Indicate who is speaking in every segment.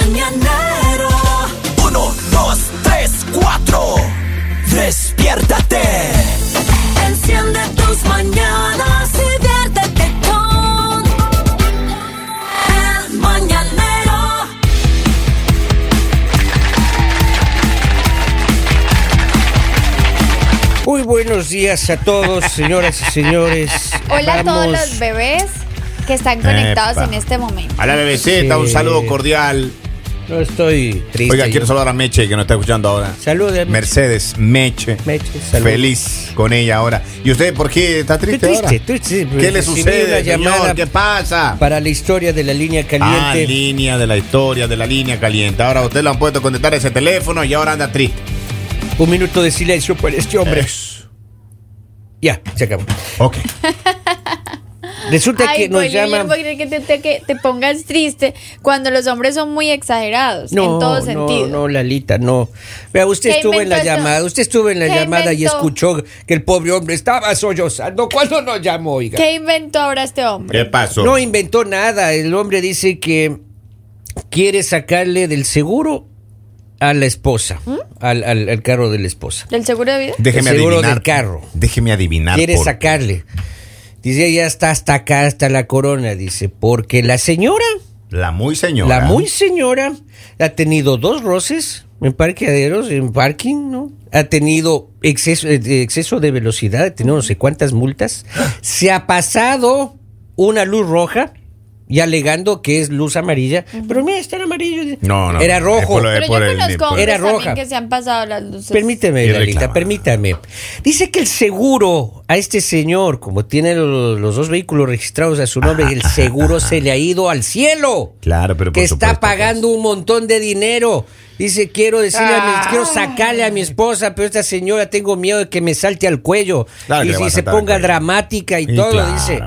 Speaker 1: mañanero.
Speaker 2: Uno, dos, tres, cuatro. Despiértate.
Speaker 1: Enciende tus mañanas y viértete con el mañanero.
Speaker 3: Muy buenos días a todos, señoras y señores.
Speaker 4: Hola a todos
Speaker 3: Vamos-
Speaker 4: los bebés que están conectados
Speaker 5: Epa.
Speaker 4: en este momento.
Speaker 5: A la BBC, un saludo cordial.
Speaker 3: No estoy triste.
Speaker 5: Oiga, quiero saludar a Meche que nos está escuchando ahora.
Speaker 3: Salude, Meche.
Speaker 5: Mercedes Meche.
Speaker 3: Meche, saludos.
Speaker 5: Feliz con ella ahora. ¿Y usted por qué está
Speaker 3: Estoy
Speaker 5: triste,
Speaker 3: triste,
Speaker 5: ahora?
Speaker 3: estoy triste.
Speaker 5: ¿Qué le
Speaker 3: Recibí
Speaker 5: sucede,
Speaker 3: una llamada
Speaker 5: señor? ¿Qué pasa?
Speaker 3: Para la historia de la línea
Speaker 5: Ah,
Speaker 3: caliente.
Speaker 5: línea de la historia, de la línea caliente. Ahora usted lo han puesto a contestar ese teléfono y ahora anda triste.
Speaker 3: Un minuto de silencio por este hombre.
Speaker 5: Eso.
Speaker 3: Ya, se acabó.
Speaker 5: Ok.
Speaker 3: Resulta
Speaker 4: Ay,
Speaker 3: que nos
Speaker 4: Pollo, yo no
Speaker 3: llaman.
Speaker 4: puedo creer que te, te- que te pongas triste cuando los hombres son muy exagerados en todo sentido.
Speaker 3: No, no, Lalita, no. Vea, usted
Speaker 4: ¿Qué
Speaker 3: estuvo en la
Speaker 4: inventó esto?
Speaker 3: llamada, usted estuvo en la
Speaker 4: ¿Qué
Speaker 3: llamada y
Speaker 4: inventó?
Speaker 3: escuchó que el pobre hombre estaba sollozando. ¿Cuándo nos llamó, oiga?
Speaker 4: ¿Qué inventó ahora este hombre?
Speaker 5: ¿Qué pasó?
Speaker 3: No inventó nada. El hombre dice que quiere sacarle del seguro a la esposa, al, al- al carro de la esposa.
Speaker 4: ¿Del seguro de vida?
Speaker 3: Eh,
Speaker 5: Déjeme
Speaker 3: el seguro
Speaker 5: adivinar.
Speaker 3: del carro.
Speaker 5: Déjeme adivinar.
Speaker 3: Quiere
Speaker 5: Ah, por-
Speaker 3: sacarle. Dice, ya está hasta acá, hasta la corona, dice, porque la señora,
Speaker 5: La muy señora.
Speaker 3: la muy señora, ha tenido dos roces en parqueaderos, en parking, ¿no? Ha tenido exceso, eh, de- exceso de velocidad, ha tenido no sé cuántas multas. Se ha pasado una luz roja y alegando que es luz amarilla. Pero mira, está en amarillo.
Speaker 5: No, no.
Speaker 3: Era
Speaker 5: es
Speaker 3: rojo.
Speaker 5: por lo- es
Speaker 4: Pero yo
Speaker 5: por el-
Speaker 4: conozco
Speaker 5: por el-
Speaker 4: hombres
Speaker 3: Era
Speaker 4: también
Speaker 3: roja.
Speaker 4: que se han pasado las luces.
Speaker 3: Permíteme,
Speaker 5: Y
Speaker 3: Lalita,
Speaker 5: reclama.
Speaker 3: permítame. Dice que el seguro a este señor, como tiene lo- los dos vehículos registrados a su nombre, el seguro se le ha ido al cielo.
Speaker 5: Claro, pero por
Speaker 3: Que está
Speaker 5: supuesto, pues.
Speaker 3: pagando un montón de dinero. Dice, quiero decirle, a
Speaker 4: Ah.
Speaker 3: mi- quiero sacarle a mi esposa, pero esta señora tengo miedo de que me salte al cuello.
Speaker 5: Claro
Speaker 3: y
Speaker 5: que le va
Speaker 3: si
Speaker 5: a
Speaker 3: se
Speaker 5: saltar al
Speaker 3: ponga
Speaker 5: cuello.
Speaker 3: dramática y,
Speaker 5: Y
Speaker 3: todo,
Speaker 5: claro.
Speaker 3: dice,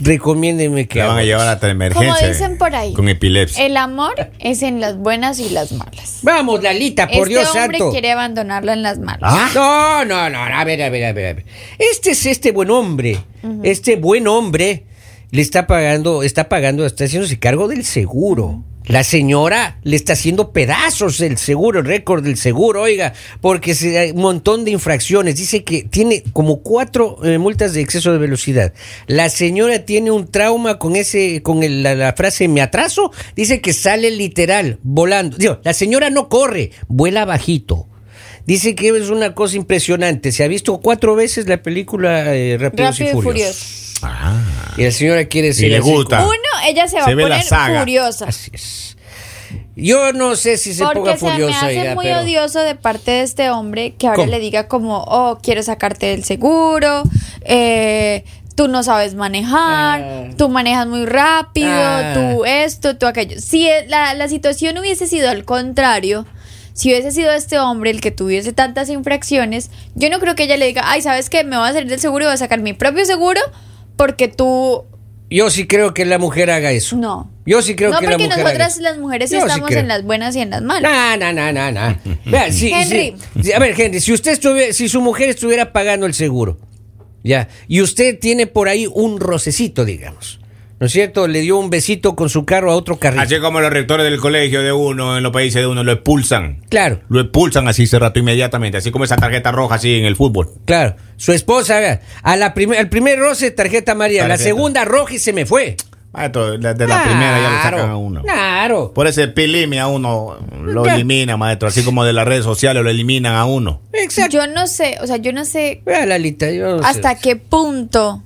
Speaker 3: recomiéndeme que...
Speaker 5: La van a
Speaker 3: haga
Speaker 5: llevar a la emergencia.
Speaker 4: Como dicen por ahí.
Speaker 5: Con epilepsia.
Speaker 4: El amor es en las buenas y las malas.
Speaker 3: Vamos, Lalita, Ah, por
Speaker 4: este
Speaker 3: Dios
Speaker 4: hombre
Speaker 3: santo.
Speaker 4: quiere abandonarla en las malas.
Speaker 5: ¿Ah?
Speaker 3: No, no, no, a ver, a ver, a ver, a ver. Este es este buen hombre. Este buen hombre le está pagando, está pagando, está haciéndose cargo del seguro. La señora le está haciendo pedazos el seguro, el récord del seguro, oiga, porque se, hay un montón de infracciones. Dice que tiene como cuatro eh, multas de exceso de velocidad. La señora tiene un trauma con ese, con el- la, la frase me atraso. Dice que sale literal, volando. Digo, la señora no corre, vuela bajito. Dice que es una cosa impresionante. Se ha visto cuatro veces la película eh, Rápidos
Speaker 4: Rápido
Speaker 3: y
Speaker 4: y
Speaker 3: Furiosos.
Speaker 4: furioso.
Speaker 3: Y la señora quiere ser
Speaker 5: le
Speaker 3: así
Speaker 5: gusta.
Speaker 3: como-
Speaker 4: Uno, ella se va
Speaker 5: Se
Speaker 4: a
Speaker 5: ve la
Speaker 4: poner
Speaker 5: saga.
Speaker 4: furiosa.
Speaker 3: Así es. Yo no sé si se ponga
Speaker 4: Porque se me
Speaker 3: furiosa.
Speaker 4: hace
Speaker 3: oiga,
Speaker 4: muy
Speaker 3: pero-
Speaker 4: odioso de parte de este hombre que ahora
Speaker 3: ¿Cómo?
Speaker 4: le diga como, oh, quiero sacarte del seguro, eh, tú no sabes manejar,
Speaker 3: Ah.
Speaker 4: tú manejas muy rápido,
Speaker 3: Ah.
Speaker 4: tú esto, tú aquello. Si eh, la, la situación hubiese sido al contrario, si hubiese sido este hombre el que tuviese tantas infracciones, yo no creo que ella le diga, ay, ¿sabes qué? Me voy a salir del seguro y voy a sacar mi propio seguro porque tú...
Speaker 3: Yo sí creo que la mujer haga eso.
Speaker 4: No.
Speaker 3: Yo sí creo
Speaker 4: no,
Speaker 3: que la
Speaker 4: porque
Speaker 3: mujer haga
Speaker 4: nosotras
Speaker 3: eso.
Speaker 4: las mujeres sí
Speaker 3: Yo sí
Speaker 4: estamos
Speaker 3: creo.
Speaker 4: en las buenas y en las malas.
Speaker 3: No, no, no, no, no. Vea, si-
Speaker 4: Henry.
Speaker 3: si- si- a ver, Henry, si usted estuviera, si su mujer estuviera pagando el seguro, ya, y usted tiene por ahí un rocecito, digamos, ¿no es cierto? Le dio un besito con su carro a otro carril.
Speaker 5: Así como los rectores del colegio de uno, en los países de uno, lo expulsan.
Speaker 3: Claro.
Speaker 5: Lo expulsan así ese rato inmediatamente, así como esa tarjeta roja así en el fútbol.
Speaker 3: Claro, su esposa, vea, a la primer, al primer roce, tarjeta amarilla, la
Speaker 5: Tarjeta.
Speaker 3: segunda roja y se me fue.
Speaker 5: Ah, esto, la- de la primera ya le sacan a uno.
Speaker 3: Claro.
Speaker 5: Por ese pilime a uno lo
Speaker 3: Ya.
Speaker 5: elimina, maestro. Así como de las redes sociales lo eliminan a uno.
Speaker 3: Exacto.
Speaker 4: Yo no sé, o sea, yo no sé
Speaker 3: Vea, Lalita, yo no sé.
Speaker 4: hasta qué punto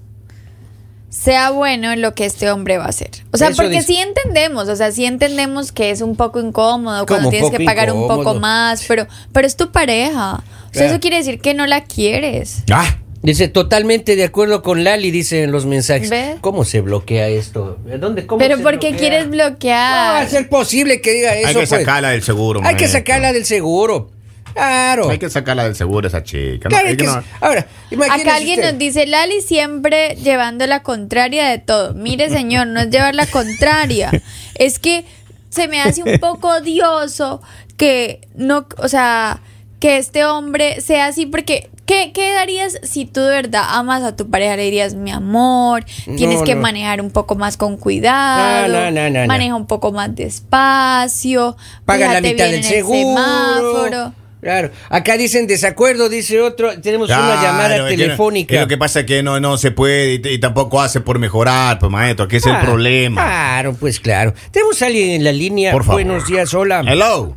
Speaker 4: sea bueno lo que este hombre va a hacer. O sea,
Speaker 3: Eso
Speaker 4: porque
Speaker 3: dice.
Speaker 4: sí entendemos, o sea, sí entendemos que es un poco incómodo cuando
Speaker 3: Como
Speaker 4: tienes
Speaker 3: poco
Speaker 4: que pagar un poco
Speaker 3: incómodo.
Speaker 4: más, pero, pero es tu pareja. O sea,
Speaker 3: Claro.
Speaker 4: eso quiere decir que no la quieres.
Speaker 5: Ah,
Speaker 3: Dice, totalmente de acuerdo con Lali, dice en los mensajes.
Speaker 4: ¿Ve?
Speaker 3: ¿Cómo se bloquea esto? ¿Dónde, cómo
Speaker 4: Pero
Speaker 3: se
Speaker 4: porque
Speaker 3: bloquea?
Speaker 4: quieres
Speaker 3: No va
Speaker 4: bloquear.
Speaker 3: a ser posible que diga eso.
Speaker 5: hay que
Speaker 3: pues.
Speaker 5: sacarla del seguro.
Speaker 3: Hay que
Speaker 5: maestro.
Speaker 3: sacarla del seguro. Claro.
Speaker 5: Hay que sacarla del seguro esa chica.
Speaker 3: Claro,
Speaker 5: hay
Speaker 3: hay que-
Speaker 5: no-
Speaker 3: Ahora, imagínese
Speaker 4: Acá alguien
Speaker 3: usted.
Speaker 4: nos dice, Lali siempre llevando la contraria de todo. Mire, señor, no es llevar la contraria. Es que se me hace un poco odioso que no, o sea, que este hombre sea así porque ¿Qué, ¿Qué darías si tú de verdad amas a tu pareja? Le dirías, mi amor, tienes
Speaker 3: No,
Speaker 4: que
Speaker 3: no.
Speaker 4: manejar un poco más con cuidado,
Speaker 3: No, no, no, no, no.
Speaker 4: maneja un poco más despacio,
Speaker 3: Paga la
Speaker 4: fíjate
Speaker 3: mitad
Speaker 4: bien
Speaker 3: del
Speaker 4: en el
Speaker 3: seguro.
Speaker 4: semáforo.
Speaker 3: Claro. Acá dicen desacuerdo, dice otro. Tenemos una
Speaker 5: Claro,
Speaker 3: llamada
Speaker 5: es que no-
Speaker 3: telefónica.
Speaker 5: es lo que pasa es que no, no se puede y, y tampoco hace por mejorar, pues maestro, aquí es
Speaker 3: Ah,
Speaker 5: el problema.
Speaker 3: Claro, pues claro. Tenemos a alguien en la línea.
Speaker 5: Por favor.
Speaker 3: Buenos días, hola.
Speaker 5: Hello,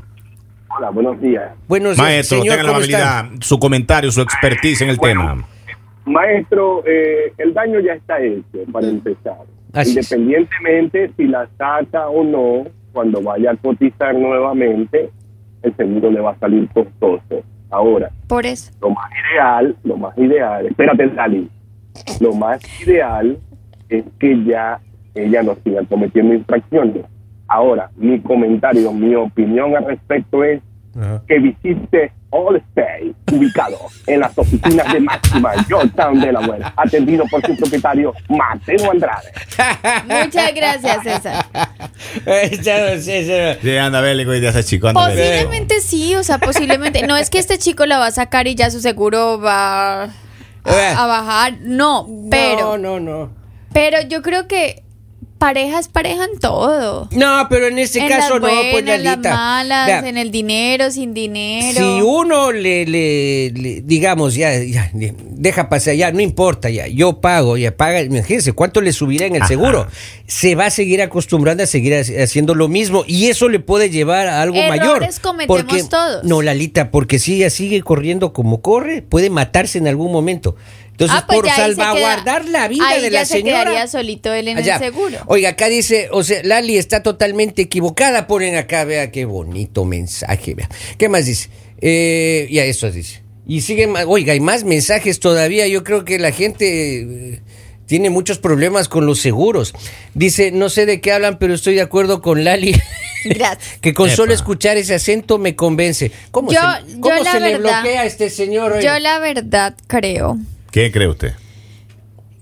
Speaker 6: Hola, buenos días.
Speaker 3: ah. Buenos
Speaker 5: maestro,
Speaker 3: días,
Speaker 5: tenga
Speaker 3: señor.
Speaker 5: la
Speaker 3: ¿cómo está?
Speaker 5: amabilidad, su comentario, su expertise en el tema.
Speaker 6: Maestro, eh, el daño ya está hecho, para empezar.
Speaker 3: Mm. Así es.
Speaker 6: Independientemente si la saca o no, cuando vaya a cotizar nuevamente, el seguro le va a salir costoso. Ahora,
Speaker 4: Por eso.
Speaker 6: lo más ideal, lo más ideal, espérate, Dali, lo más ideal es que ya ella no siga cometiendo infracciones. Ahora, mi comentario, mi opinión al respecto es que visite Allstate, ubicado en las oficinas de Máxima, Georgetown, Delaware, atendido por su propietario, Mateo Andrade.
Speaker 4: Muchas gracias, César.
Speaker 3: Eh, Ya no sé, ya no-
Speaker 5: Sí, anda bélico y de ese chico. anda bélico.
Speaker 4: Posiblemente sí, o sea, posiblemente. No es que este chico la va a sacar y ya su seguro va a,
Speaker 3: Eh.
Speaker 4: a bajar. No, pero,
Speaker 3: No, no, no.
Speaker 4: pero yo creo que parejas parejan todo.
Speaker 3: No, pero en este
Speaker 4: en
Speaker 3: caso
Speaker 4: las buenas,
Speaker 3: no, pues
Speaker 4: en las
Speaker 3: Lalita.
Speaker 4: malas,
Speaker 3: Vea,
Speaker 4: en el dinero, sin dinero.
Speaker 3: Si uno le, le- le- digamos, ya, ya, deja pasar, ya, no importa, ya, yo pago, ya paga, imagínense cuánto le subirá en el seguro. Se va a seguir acostumbrando a seguir ha- haciendo lo mismo y eso le puede llevar a algo
Speaker 4: Errores
Speaker 3: mayor.
Speaker 4: cometemos
Speaker 3: porque,
Speaker 4: todos.
Speaker 3: No, Lalita, porque si ella sigue corriendo como corre, puede matarse en algún momento. Entonces,
Speaker 4: Ah, pues
Speaker 3: por
Speaker 4: ya ahí se
Speaker 3: salvaguardar
Speaker 4: queda-
Speaker 3: la vida
Speaker 4: ahí
Speaker 3: de
Speaker 4: ya
Speaker 3: la
Speaker 4: se quedaría
Speaker 3: señora.
Speaker 4: solito él en
Speaker 3: Allá.
Speaker 4: el seguro.
Speaker 3: Oiga, acá dice, o sea, Lali está totalmente equivocada. Ponen acá, vea qué bonito mensaje. Vea. ¿Qué más dice? Eh, ya eso dice. Y sigue más, oiga, hay más mensajes todavía. Yo creo que la gente eh, tiene muchos problemas con los seguros. Dice, no sé de qué hablan, pero estoy de acuerdo con Lali.
Speaker 4: Gracias.
Speaker 3: Que con solo
Speaker 5: Epa.
Speaker 3: escuchar ese acento me convence. ¿Cómo
Speaker 4: Yo-
Speaker 3: se,
Speaker 4: yo
Speaker 3: cómo
Speaker 4: la
Speaker 3: se le
Speaker 4: verdad-
Speaker 3: bloquea a este señor? oiga?
Speaker 4: Yo la verdad creo
Speaker 5: ¿Qué cree usted?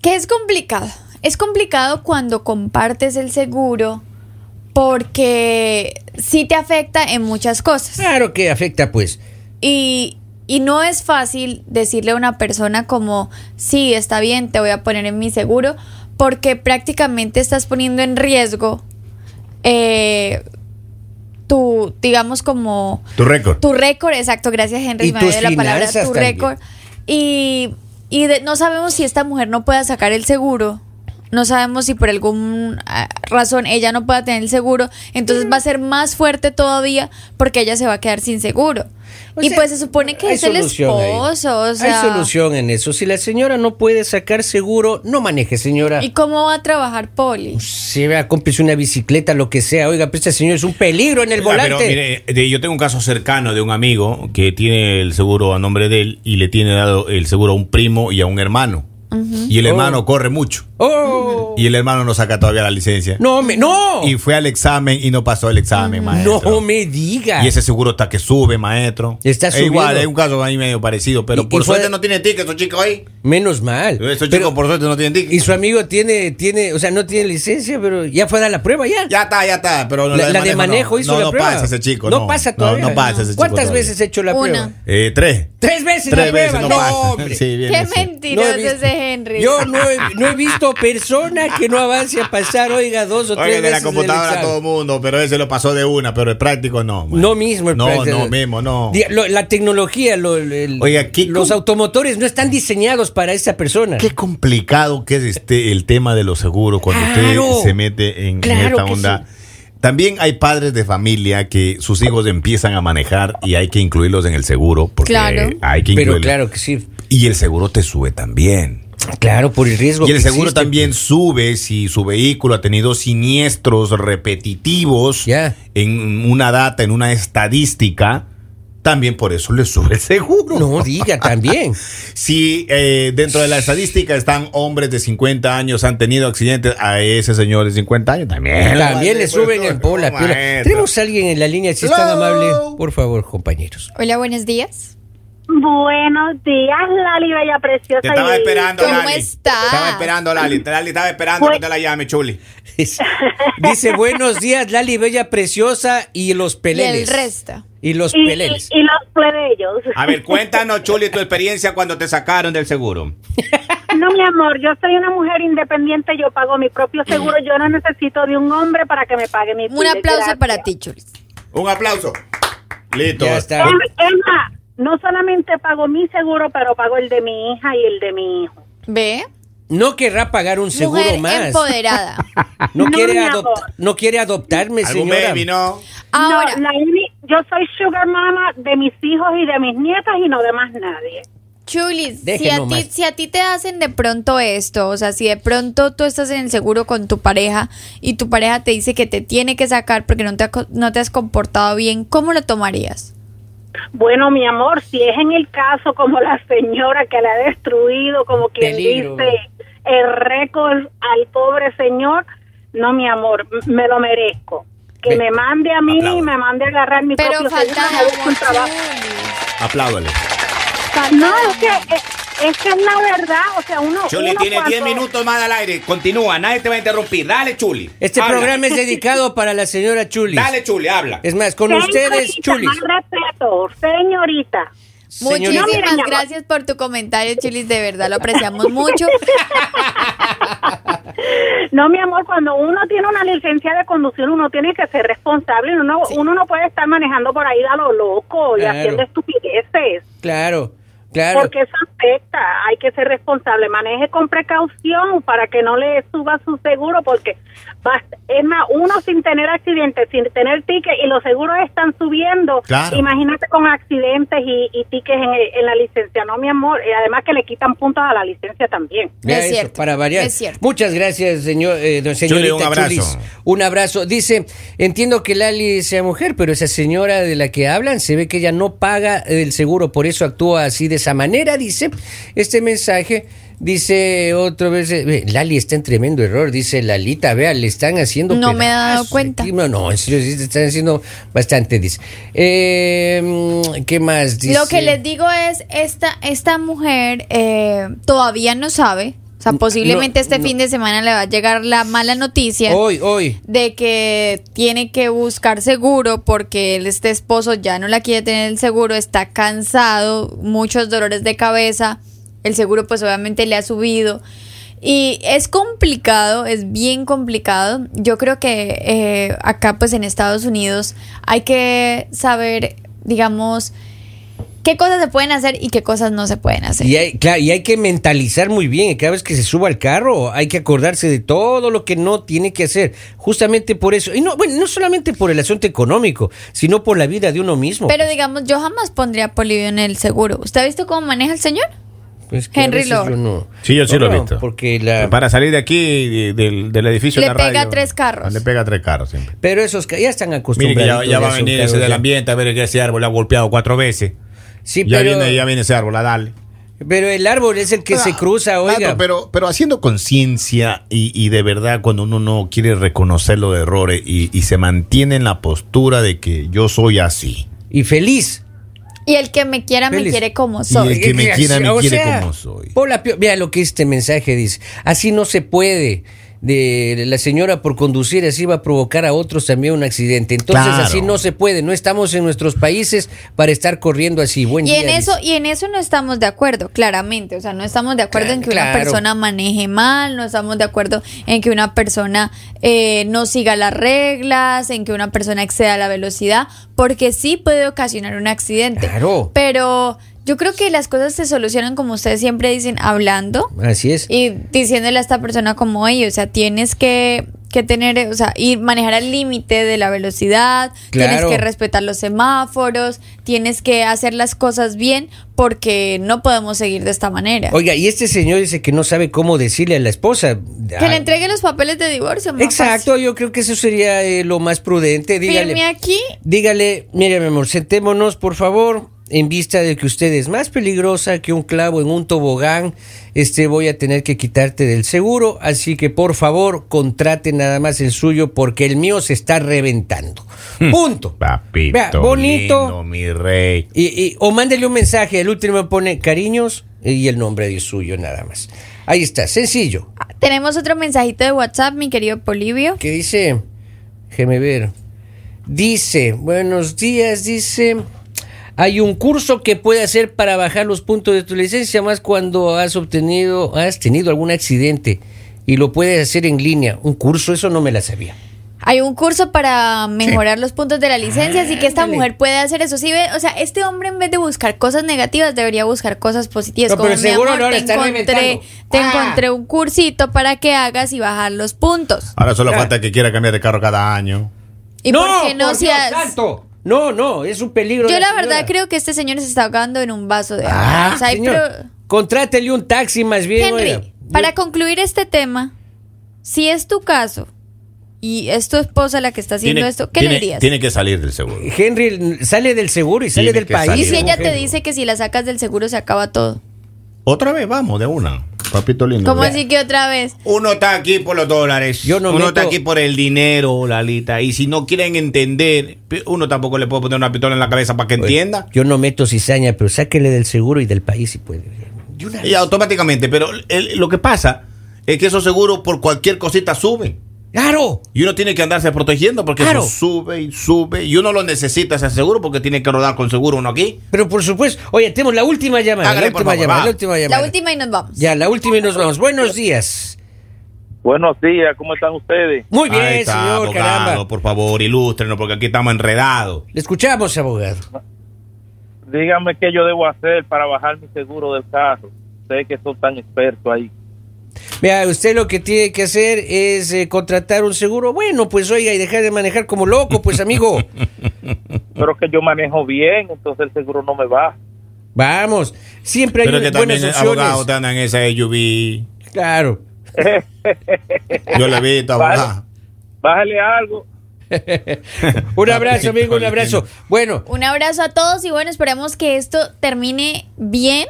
Speaker 4: que es complicado. Es complicado cuando compartes el seguro porque sí te afecta en muchas cosas.
Speaker 3: Claro que afecta, pues.
Speaker 4: Y, y no es fácil decirle a una persona como, sí, está bien, te voy a poner en mi seguro, porque prácticamente estás poniendo en riesgo eh, tu, digamos como,
Speaker 5: Tu récord.
Speaker 4: tu récord, exacto, gracias Henry,
Speaker 3: Y
Speaker 4: me
Speaker 3: tus
Speaker 4: dio la palabra,
Speaker 3: finanzas
Speaker 4: tu
Speaker 3: también.
Speaker 4: récord. Y, y de- no sabemos si esta mujer no pueda sacar el seguro. No sabemos si por alguna ah, razón ella no pueda tener el seguro. Entonces va a ser más fuerte todavía porque ella se va a quedar sin seguro.
Speaker 3: O
Speaker 4: y
Speaker 3: sea,
Speaker 4: pues se supone que
Speaker 3: hay
Speaker 4: es el
Speaker 3: solución ahí.
Speaker 4: esposo. o sea,
Speaker 3: Hay solución en eso. Si la señora no puede sacar seguro, no maneje, señora.
Speaker 4: ¿Y cómo va a trabajar Poli?
Speaker 3: Se vea, cómprese una bicicleta, lo que sea. Oiga, pero este señor es un peligro en el
Speaker 5: Ah,
Speaker 3: volante.
Speaker 5: Pero mire, de- yo tengo un caso cercano de un amigo que tiene el seguro a nombre de él y le tiene dado el seguro a un primo y a un hermano. Y el
Speaker 3: Oh.
Speaker 5: hermano corre mucho.
Speaker 3: ¡Oh!
Speaker 5: Y el hermano no saca todavía la licencia.
Speaker 3: ¡No me, no!
Speaker 5: Y fue al examen y no pasó el examen, maestro.
Speaker 3: no me diga.
Speaker 5: Y ese seguro está que sube, maestro.
Speaker 3: Ah. Está
Speaker 5: Es Igual,
Speaker 3: subiendo.
Speaker 5: hay un caso ahí medio parecido, pero
Speaker 3: Y- y
Speaker 5: por
Speaker 3: fue-
Speaker 5: suerte no tiene ticket esos chicos ahí.
Speaker 3: Menos mal.
Speaker 5: Esos
Speaker 3: Pero-
Speaker 5: chicos por suerte no tienen ticket.
Speaker 3: y su amigo tiene, tiene, o sea, no tiene licencia, pero ya fue a dar la prueba ya.
Speaker 5: Ya está, ya está, pero
Speaker 3: la, la de manejo,
Speaker 5: no.
Speaker 3: hizo
Speaker 5: no,
Speaker 3: la
Speaker 5: no
Speaker 3: prueba.
Speaker 5: pasa ese chico.
Speaker 3: No, pasa todavía.
Speaker 5: No, pasa ese chico.
Speaker 3: ¿Cuántas
Speaker 5: todavía.
Speaker 3: veces he hecho la
Speaker 4: Una.
Speaker 3: prueba?
Speaker 5: Eh, tres.
Speaker 3: Tres veces la
Speaker 5: Tres veces
Speaker 3: prueba.
Speaker 5: no,
Speaker 3: No,
Speaker 5: pasa.
Speaker 3: hombre.
Speaker 5: Sí, bien,
Speaker 4: Qué
Speaker 5: sí.
Speaker 4: mentiroso
Speaker 3: No he visto-
Speaker 4: ese Henry.
Speaker 3: Yo no he, no he visto persona que no avance a pasar, oiga, dos o
Speaker 5: Oye,
Speaker 3: tres
Speaker 5: de la
Speaker 3: veces. del
Speaker 5: computadora
Speaker 3: examen.
Speaker 5: todo mundo, pero ese lo pasó de una, pero el práctico no. man.
Speaker 3: No mismo. el
Speaker 5: No,
Speaker 3: presidente.
Speaker 5: no mismo, no.
Speaker 3: Di- lo- la tecnología, lo- el-
Speaker 5: Oiga, ¿qué
Speaker 3: los
Speaker 5: com-
Speaker 3: automotores no están diseñados para esa persona.
Speaker 5: Qué complicado que es este el tema de los seguros cuando
Speaker 3: Claro.
Speaker 5: usted se mete en, en
Speaker 3: Claro
Speaker 5: esta
Speaker 3: que
Speaker 5: onda. También hay padres de familia que sus hijos empiezan a manejar y hay que incluirlos en el seguro porque
Speaker 4: Claro.
Speaker 5: hay que
Speaker 3: Pero
Speaker 5: incluirlos.
Speaker 3: claro que sí,
Speaker 5: Y el seguro te sube también.
Speaker 3: claro, por el riesgo.
Speaker 5: Y el
Speaker 3: que
Speaker 5: seguro
Speaker 3: existe.
Speaker 5: también sube si su vehículo ha tenido siniestros repetitivos
Speaker 3: Ya.
Speaker 5: en una data, en una estadística. También por eso le sube el seguro.
Speaker 3: No diga también.
Speaker 5: Si eh, dentro de la estadística están hombres de 50 años, han tenido accidentes, a ese señor de 50 años también.
Speaker 3: también
Speaker 5: Vale,
Speaker 3: le suben el
Speaker 5: pues,
Speaker 3: pola.
Speaker 5: no,
Speaker 3: piola.
Speaker 5: maestro.
Speaker 3: Tenemos a alguien en la línea, si es tan
Speaker 5: Hello.
Speaker 3: amable, por favor, compañeros.
Speaker 4: Hola, buenos días.
Speaker 7: Buenos días, Lali Bella Preciosa.
Speaker 5: Te estaba
Speaker 7: y-
Speaker 5: esperando,
Speaker 4: ¿Cómo
Speaker 5: Lali.
Speaker 4: estás?
Speaker 5: Te Estaba esperando, Lali. Te- Lali estaba esperando
Speaker 7: Pues-
Speaker 5: que te la llame, Chuli.
Speaker 3: Dice, buenos días, Lali, bella, preciosa y los
Speaker 4: Y el
Speaker 3: peleles.
Speaker 4: resto.
Speaker 3: Y los
Speaker 7: y,
Speaker 3: peleles.
Speaker 7: y- y los plebeyos.
Speaker 5: A ver, cuéntanos, Chuli, tu experiencia cuando te sacaron del seguro.
Speaker 7: No, mi amor, yo soy una mujer independiente, yo pago mi propio seguro, yo no necesito de un hombre para que me pague mi
Speaker 4: Un aplauso
Speaker 7: gracias.
Speaker 4: para ti, Chulis.
Speaker 5: Un aplauso. Listo.
Speaker 3: Ya está.
Speaker 7: Em- Emma, no solamente pago mi seguro, pero pago el de mi hija y el de mi hijo.
Speaker 4: ¿Ve?
Speaker 3: No querrá pagar un seguro
Speaker 4: Mujer
Speaker 3: más.
Speaker 4: empoderada.
Speaker 3: No,
Speaker 7: No,
Speaker 3: quiere
Speaker 7: mi
Speaker 3: adop-
Speaker 7: amor.
Speaker 3: no quiere adoptarme,
Speaker 5: Algún
Speaker 3: señora.
Speaker 5: baby, ¿no?
Speaker 4: Ahora,
Speaker 7: No, la uni- yo soy sugar mama de mis hijos y de mis nietas y no de más nadie.
Speaker 4: Chulis, si
Speaker 3: Déjenlo
Speaker 4: a, ti,
Speaker 3: más.
Speaker 4: si a ti te hacen de pronto esto, o sea, si de pronto tú estás en el seguro con tu pareja y tu pareja te dice que te tiene que sacar porque no te, ha co- no te has comportado bien, ¿cómo lo tomarías?
Speaker 7: Bueno, mi amor, si es en el caso como la señora que la ha destruido, como quien
Speaker 3: Peligro.
Speaker 7: dice el récord al pobre señor, no, mi amor, m- me lo merezco. Que
Speaker 3: Ve-
Speaker 7: me mande a mí
Speaker 5: Aplaude.
Speaker 7: y me mande a agarrar mi
Speaker 4: Pero
Speaker 7: propio
Speaker 4: falta
Speaker 7: seguro, me busco un trabajo.
Speaker 5: Apláudale.
Speaker 7: No, es que es, es que es la verdad, o sea, uno...
Speaker 5: Chuli
Speaker 7: uno
Speaker 5: tiene
Speaker 7: cuando-
Speaker 5: 10 minutos más al aire. Continúa, nadie te va a interrumpir. Dale, Chuli.
Speaker 3: Este
Speaker 5: Habla.
Speaker 3: programa es dedicado para la señora Chulis.
Speaker 5: Dale, Chuli, habla.
Speaker 3: Es más, con ustedes,
Speaker 7: Señorita,
Speaker 3: Chulis.
Speaker 7: Más respeto, señorita.
Speaker 3: Señorita-
Speaker 4: Muchísimas
Speaker 7: No, mira, mi amor.
Speaker 4: gracias por tu comentario, Chulis, de verdad lo apreciamos mucho.
Speaker 7: No, mi amor, cuando uno tiene una licencia de conducir, uno tiene que ser responsable. Uno, uno no puede estar manejando por ahí a lo loco y
Speaker 3: Claro.
Speaker 7: haciendo estupideces.
Speaker 3: Claro, claro.
Speaker 7: Porque eso afecta. Hay que ser responsable. Maneje con precaución para que no le suba su seguro, porque basta- es más, uno sin tener accidentes, sin tener tickets, y los seguros están subiendo.
Speaker 5: Claro.
Speaker 7: Imagínate con accidentes y, y tickets en, el- en la licencia. No, mi amor. Y además que le quitan puntos a la licencia también.
Speaker 3: Vea
Speaker 4: Es
Speaker 3: eso,
Speaker 4: cierto,
Speaker 3: para variar.
Speaker 4: es cierto.
Speaker 3: Muchas gracias, señor, eh, don- señorita
Speaker 5: un abrazo.
Speaker 3: Chulis. Un abrazo. Dice, entiendo que Lali sea mujer, pero esa señora de la que hablan, se ve que ella no paga el seguro, por eso actúa así de esa manera, dice este mensaje. Dice otra vez, eh, ve, Lali está en tremendo error, dice Lalita, vea, le están haciendo...
Speaker 4: No me he dado
Speaker 3: pedazos
Speaker 4: cuenta.
Speaker 3: aquí. No, no, en serio, sí, te están haciendo bastante, dice. Eh, mm, ¿Qué más dice?
Speaker 4: Lo que les digo es, esta, esta mujer eh, todavía no sabe, o sea, posiblemente
Speaker 3: no,
Speaker 4: este
Speaker 3: no. Oh,
Speaker 4: fin de semana le va a llegar la mala noticia.
Speaker 3: Hoy, hoy.
Speaker 4: de que tiene que buscar seguro porque él, este esposo ya no la quiere tener el seguro, está cansado, muchos dolores de cabeza, el seguro pues obviamente le ha subido. Y es complicado, es bien complicado. Yo creo que eh, acá pues en Estados Unidos hay que saber, digamos, qué cosas se pueden hacer y qué cosas no se pueden hacer.
Speaker 3: Y hay, claro, y hay que mentalizar muy bien, y cada vez que se suba al carro hay que acordarse de todo lo que no tiene que hacer, justamente por eso, y no, bueno, no solamente por el asunto económico, sino por la vida de uno mismo.
Speaker 4: Pero digamos, yo jamás pondría polivio en el seguro. ¿Usted ha visto cómo maneja el señor?
Speaker 3: Pues que a
Speaker 4: Henry
Speaker 3: veces
Speaker 4: Lord.
Speaker 3: yo no-
Speaker 5: Sí, yo sí lo he
Speaker 3: No,
Speaker 5: visto.
Speaker 3: Porque la-
Speaker 5: Para salir de aquí, de- del, del edificio
Speaker 4: Le
Speaker 5: de la
Speaker 4: pega
Speaker 5: radio.
Speaker 4: tres carros.
Speaker 5: Le pega tres carros siempre.
Speaker 3: Pero esos ca- ya están
Speaker 5: Mire
Speaker 3: acostumbrados.
Speaker 5: que ya, ya va a venir ese del
Speaker 3: Este ya.
Speaker 5: ambiente a ver que ese árbol ha golpeado cuatro veces.
Speaker 3: Sí,
Speaker 5: ya,
Speaker 3: pero,
Speaker 5: viene, ya viene ese árbol a darle.
Speaker 3: pero el árbol es el que se
Speaker 5: Ah,
Speaker 3: cruza,
Speaker 5: claro,
Speaker 3: oiga.
Speaker 5: pero, pero haciendo conciencia y, y de verdad cuando uno no quiere reconocer los errores y, y se mantiene en la postura de que yo soy así.
Speaker 3: Y feliz.
Speaker 4: Y el que me quiera, me
Speaker 3: Feliz.
Speaker 4: quiere como
Speaker 5: Y
Speaker 4: soy.
Speaker 5: el que me quiera, me
Speaker 3: O
Speaker 5: quiere
Speaker 3: sea,
Speaker 5: como soy.
Speaker 3: Pola Pio- vea lo que este mensaje dice. Así no se puede. De la señora por conducir, así va a provocar a otros también un accidente. Entonces,
Speaker 5: Claro.
Speaker 3: así no se puede. No estamos en nuestros países para estar corriendo así. Buen
Speaker 4: Y
Speaker 3: día,
Speaker 4: en eso
Speaker 3: dice.
Speaker 4: y en eso no estamos de acuerdo, claramente, o sea, no estamos de acuerdo
Speaker 3: Cla-
Speaker 4: en que
Speaker 3: claro.
Speaker 4: una persona maneje mal, no estamos de acuerdo en que una persona eh, no siga las reglas, en que una persona exceda la velocidad, porque sí puede ocasionar un accidente.
Speaker 3: Claro.
Speaker 4: Pero yo creo que las cosas se solucionan como ustedes siempre dicen, hablando.
Speaker 3: Así es.
Speaker 4: Y diciéndole a esta persona como, oye, o sea, tienes que, que tener, eh, o sea, ir manejar al límite de la velocidad, tienes
Speaker 3: Claro.
Speaker 4: que respetar los semáforos, tienes que hacer las cosas bien porque no podemos seguir de esta manera.
Speaker 3: Oiga, y este señor dice que no sabe cómo decirle a la esposa.
Speaker 4: que le
Speaker 3: Ah,
Speaker 4: entregue los papeles de divorcio. más
Speaker 3: Exacto,
Speaker 4: fácil.
Speaker 3: yo creo que eso sería eh, lo más prudente. Dígale,
Speaker 4: Firme aquí.
Speaker 3: Dígale, mire, mi amor, sentémonos, por favor, en vista de que usted es más peligrosa que un clavo en un tobogán, este voy a tener que quitarte del seguro, así que por favor, contrate nada más el suyo porque el mío se está reventando. Punto.
Speaker 5: Hmm. Papito.
Speaker 3: Vea, bonito.
Speaker 5: lindo, mi rey.
Speaker 3: Y, y- o mándele un mensaje, el último me pone cariños y el nombre de suyo nada más. Ahí está, sencillo.
Speaker 4: Ah, Tenemos otro mensajito de WhatsApp, mi querido Polivio.
Speaker 3: que dice, déjeme ver, Dice, buenos días, dice. Hay un curso que puede hacer para bajar los puntos de tu licencia, más cuando has obtenido, has tenido algún accidente y lo puedes hacer en línea. Un curso, eso no me la sabía.
Speaker 4: Hay un curso para mejorar los puntos de la licencia, así que esta
Speaker 3: Ándale.
Speaker 4: mujer puede hacer eso. Sí, ve- o sea, este hombre en vez de buscar cosas negativas debería buscar cosas positivas.
Speaker 3: No, pero
Speaker 4: como, "Mi
Speaker 3: seguro no,
Speaker 4: te
Speaker 3: le está
Speaker 4: encontré,
Speaker 3: reventando".
Speaker 4: te
Speaker 3: Ah.
Speaker 4: encontré un cursito para que hagas y bajar los puntos.
Speaker 5: Ahora solo falta que quiera cambiar de carro cada año.
Speaker 4: ¿Y por qué no
Speaker 3: por
Speaker 4: si
Speaker 3: Dios
Speaker 4: has-
Speaker 3: santo! No, no, es un peligro.
Speaker 4: Yo la
Speaker 3: señora.
Speaker 4: verdad creo que este señor se está ahogando en un vaso de agua.
Speaker 3: Ah,
Speaker 4: O sea, hay
Speaker 3: señor,
Speaker 4: pro-
Speaker 3: Contrátele un taxi más bien. oiga.
Speaker 4: Henry, para concluir este tema, si es tu caso y es tu esposa la que está haciendo esto, ¿qué
Speaker 5: tiene-
Speaker 4: le dirías?
Speaker 5: tiene que salir del seguro.
Speaker 3: Henry sale del seguro y sale
Speaker 5: Tiene
Speaker 3: del
Speaker 5: que
Speaker 3: país.
Speaker 5: salir.
Speaker 4: y si ella te
Speaker 5: Henry.
Speaker 4: dice que si la sacas del seguro se acaba todo.
Speaker 5: Otra vez, vamos, de una. Papito lindo.
Speaker 4: ¿Cómo
Speaker 5: Ya.
Speaker 4: así que otra vez?
Speaker 5: Uno está aquí por los dólares.
Speaker 3: Yo no
Speaker 5: uno
Speaker 3: meto-
Speaker 5: está aquí por el dinero, Lalita. Y si no quieren entender, uno tampoco le puede poner una pistola en la cabeza para que entienda.
Speaker 3: Yo no meto cizaña, pero sáquele del seguro y del país si puede. De una
Speaker 5: Y automáticamente. Pero el- lo que pasa es que esos seguros por cualquier cosita suben.
Speaker 3: ¡Claro!
Speaker 5: Y uno tiene que andarse protegiendo porque
Speaker 3: Claro.
Speaker 5: eso sube y sube. Y uno lo necesita ese seguro porque tiene que rodar con seguro uno aquí.
Speaker 3: Pero por supuesto, oye, tenemos la última llamada.
Speaker 5: Hágale,
Speaker 3: la
Speaker 5: por
Speaker 3: última
Speaker 5: favor,
Speaker 3: llamada,
Speaker 5: va.
Speaker 3: la última
Speaker 4: La
Speaker 3: llamada.
Speaker 4: última y nos vamos.
Speaker 3: Ya, la última y nos vamos. Buenos días.
Speaker 8: Buenos días, ¿cómo están ustedes?
Speaker 3: Muy bien,
Speaker 5: Ahí está,
Speaker 3: señor,
Speaker 5: abogado,
Speaker 3: caramba.
Speaker 5: por favor, ilústrenos porque aquí estamos enredados.
Speaker 3: Le escuchamos, abogado.
Speaker 8: Díganme qué yo debo hacer para bajar mi seguro del carro. Ustedes que son tan expertos ahí.
Speaker 3: Vea, usted lo que tiene que hacer es eh, contratar un seguro. Bueno, pues oiga, y dejar de manejar como loco, pues amigo.
Speaker 8: Pero que yo manejo bien, entonces el seguro no me va.
Speaker 3: Vamos, siempre hay
Speaker 5: Pero que
Speaker 3: unas buenas
Speaker 5: también el
Speaker 3: opciones.
Speaker 5: abogado te anda en esa SUV.
Speaker 3: Claro.
Speaker 5: Yo le he visto,
Speaker 8: Vale.
Speaker 5: abogado.
Speaker 8: Bájale algo.
Speaker 3: Un
Speaker 5: Ah,
Speaker 3: abrazo, amigo, un abrazo. Bueno,
Speaker 4: Un abrazo a todos y bueno, esperamos que esto termine bien.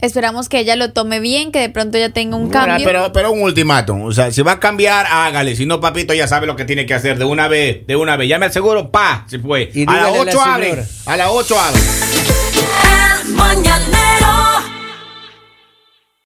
Speaker 4: Esperamos que ella lo tome bien, que de pronto ya tenga un
Speaker 5: Ahora,
Speaker 4: cambio.
Speaker 5: Pero, pero un ultimátum. O sea, si va a cambiar, hágale. Si no, papito ya sabe lo que tiene que hacer. De una vez, de una vez. Llame al seguro, pa, si fue.
Speaker 3: Y
Speaker 5: A
Speaker 3: dígale a
Speaker 5: las
Speaker 3: la
Speaker 5: 8 abre.
Speaker 3: señora.
Speaker 5: A las 8 abre.
Speaker 1: El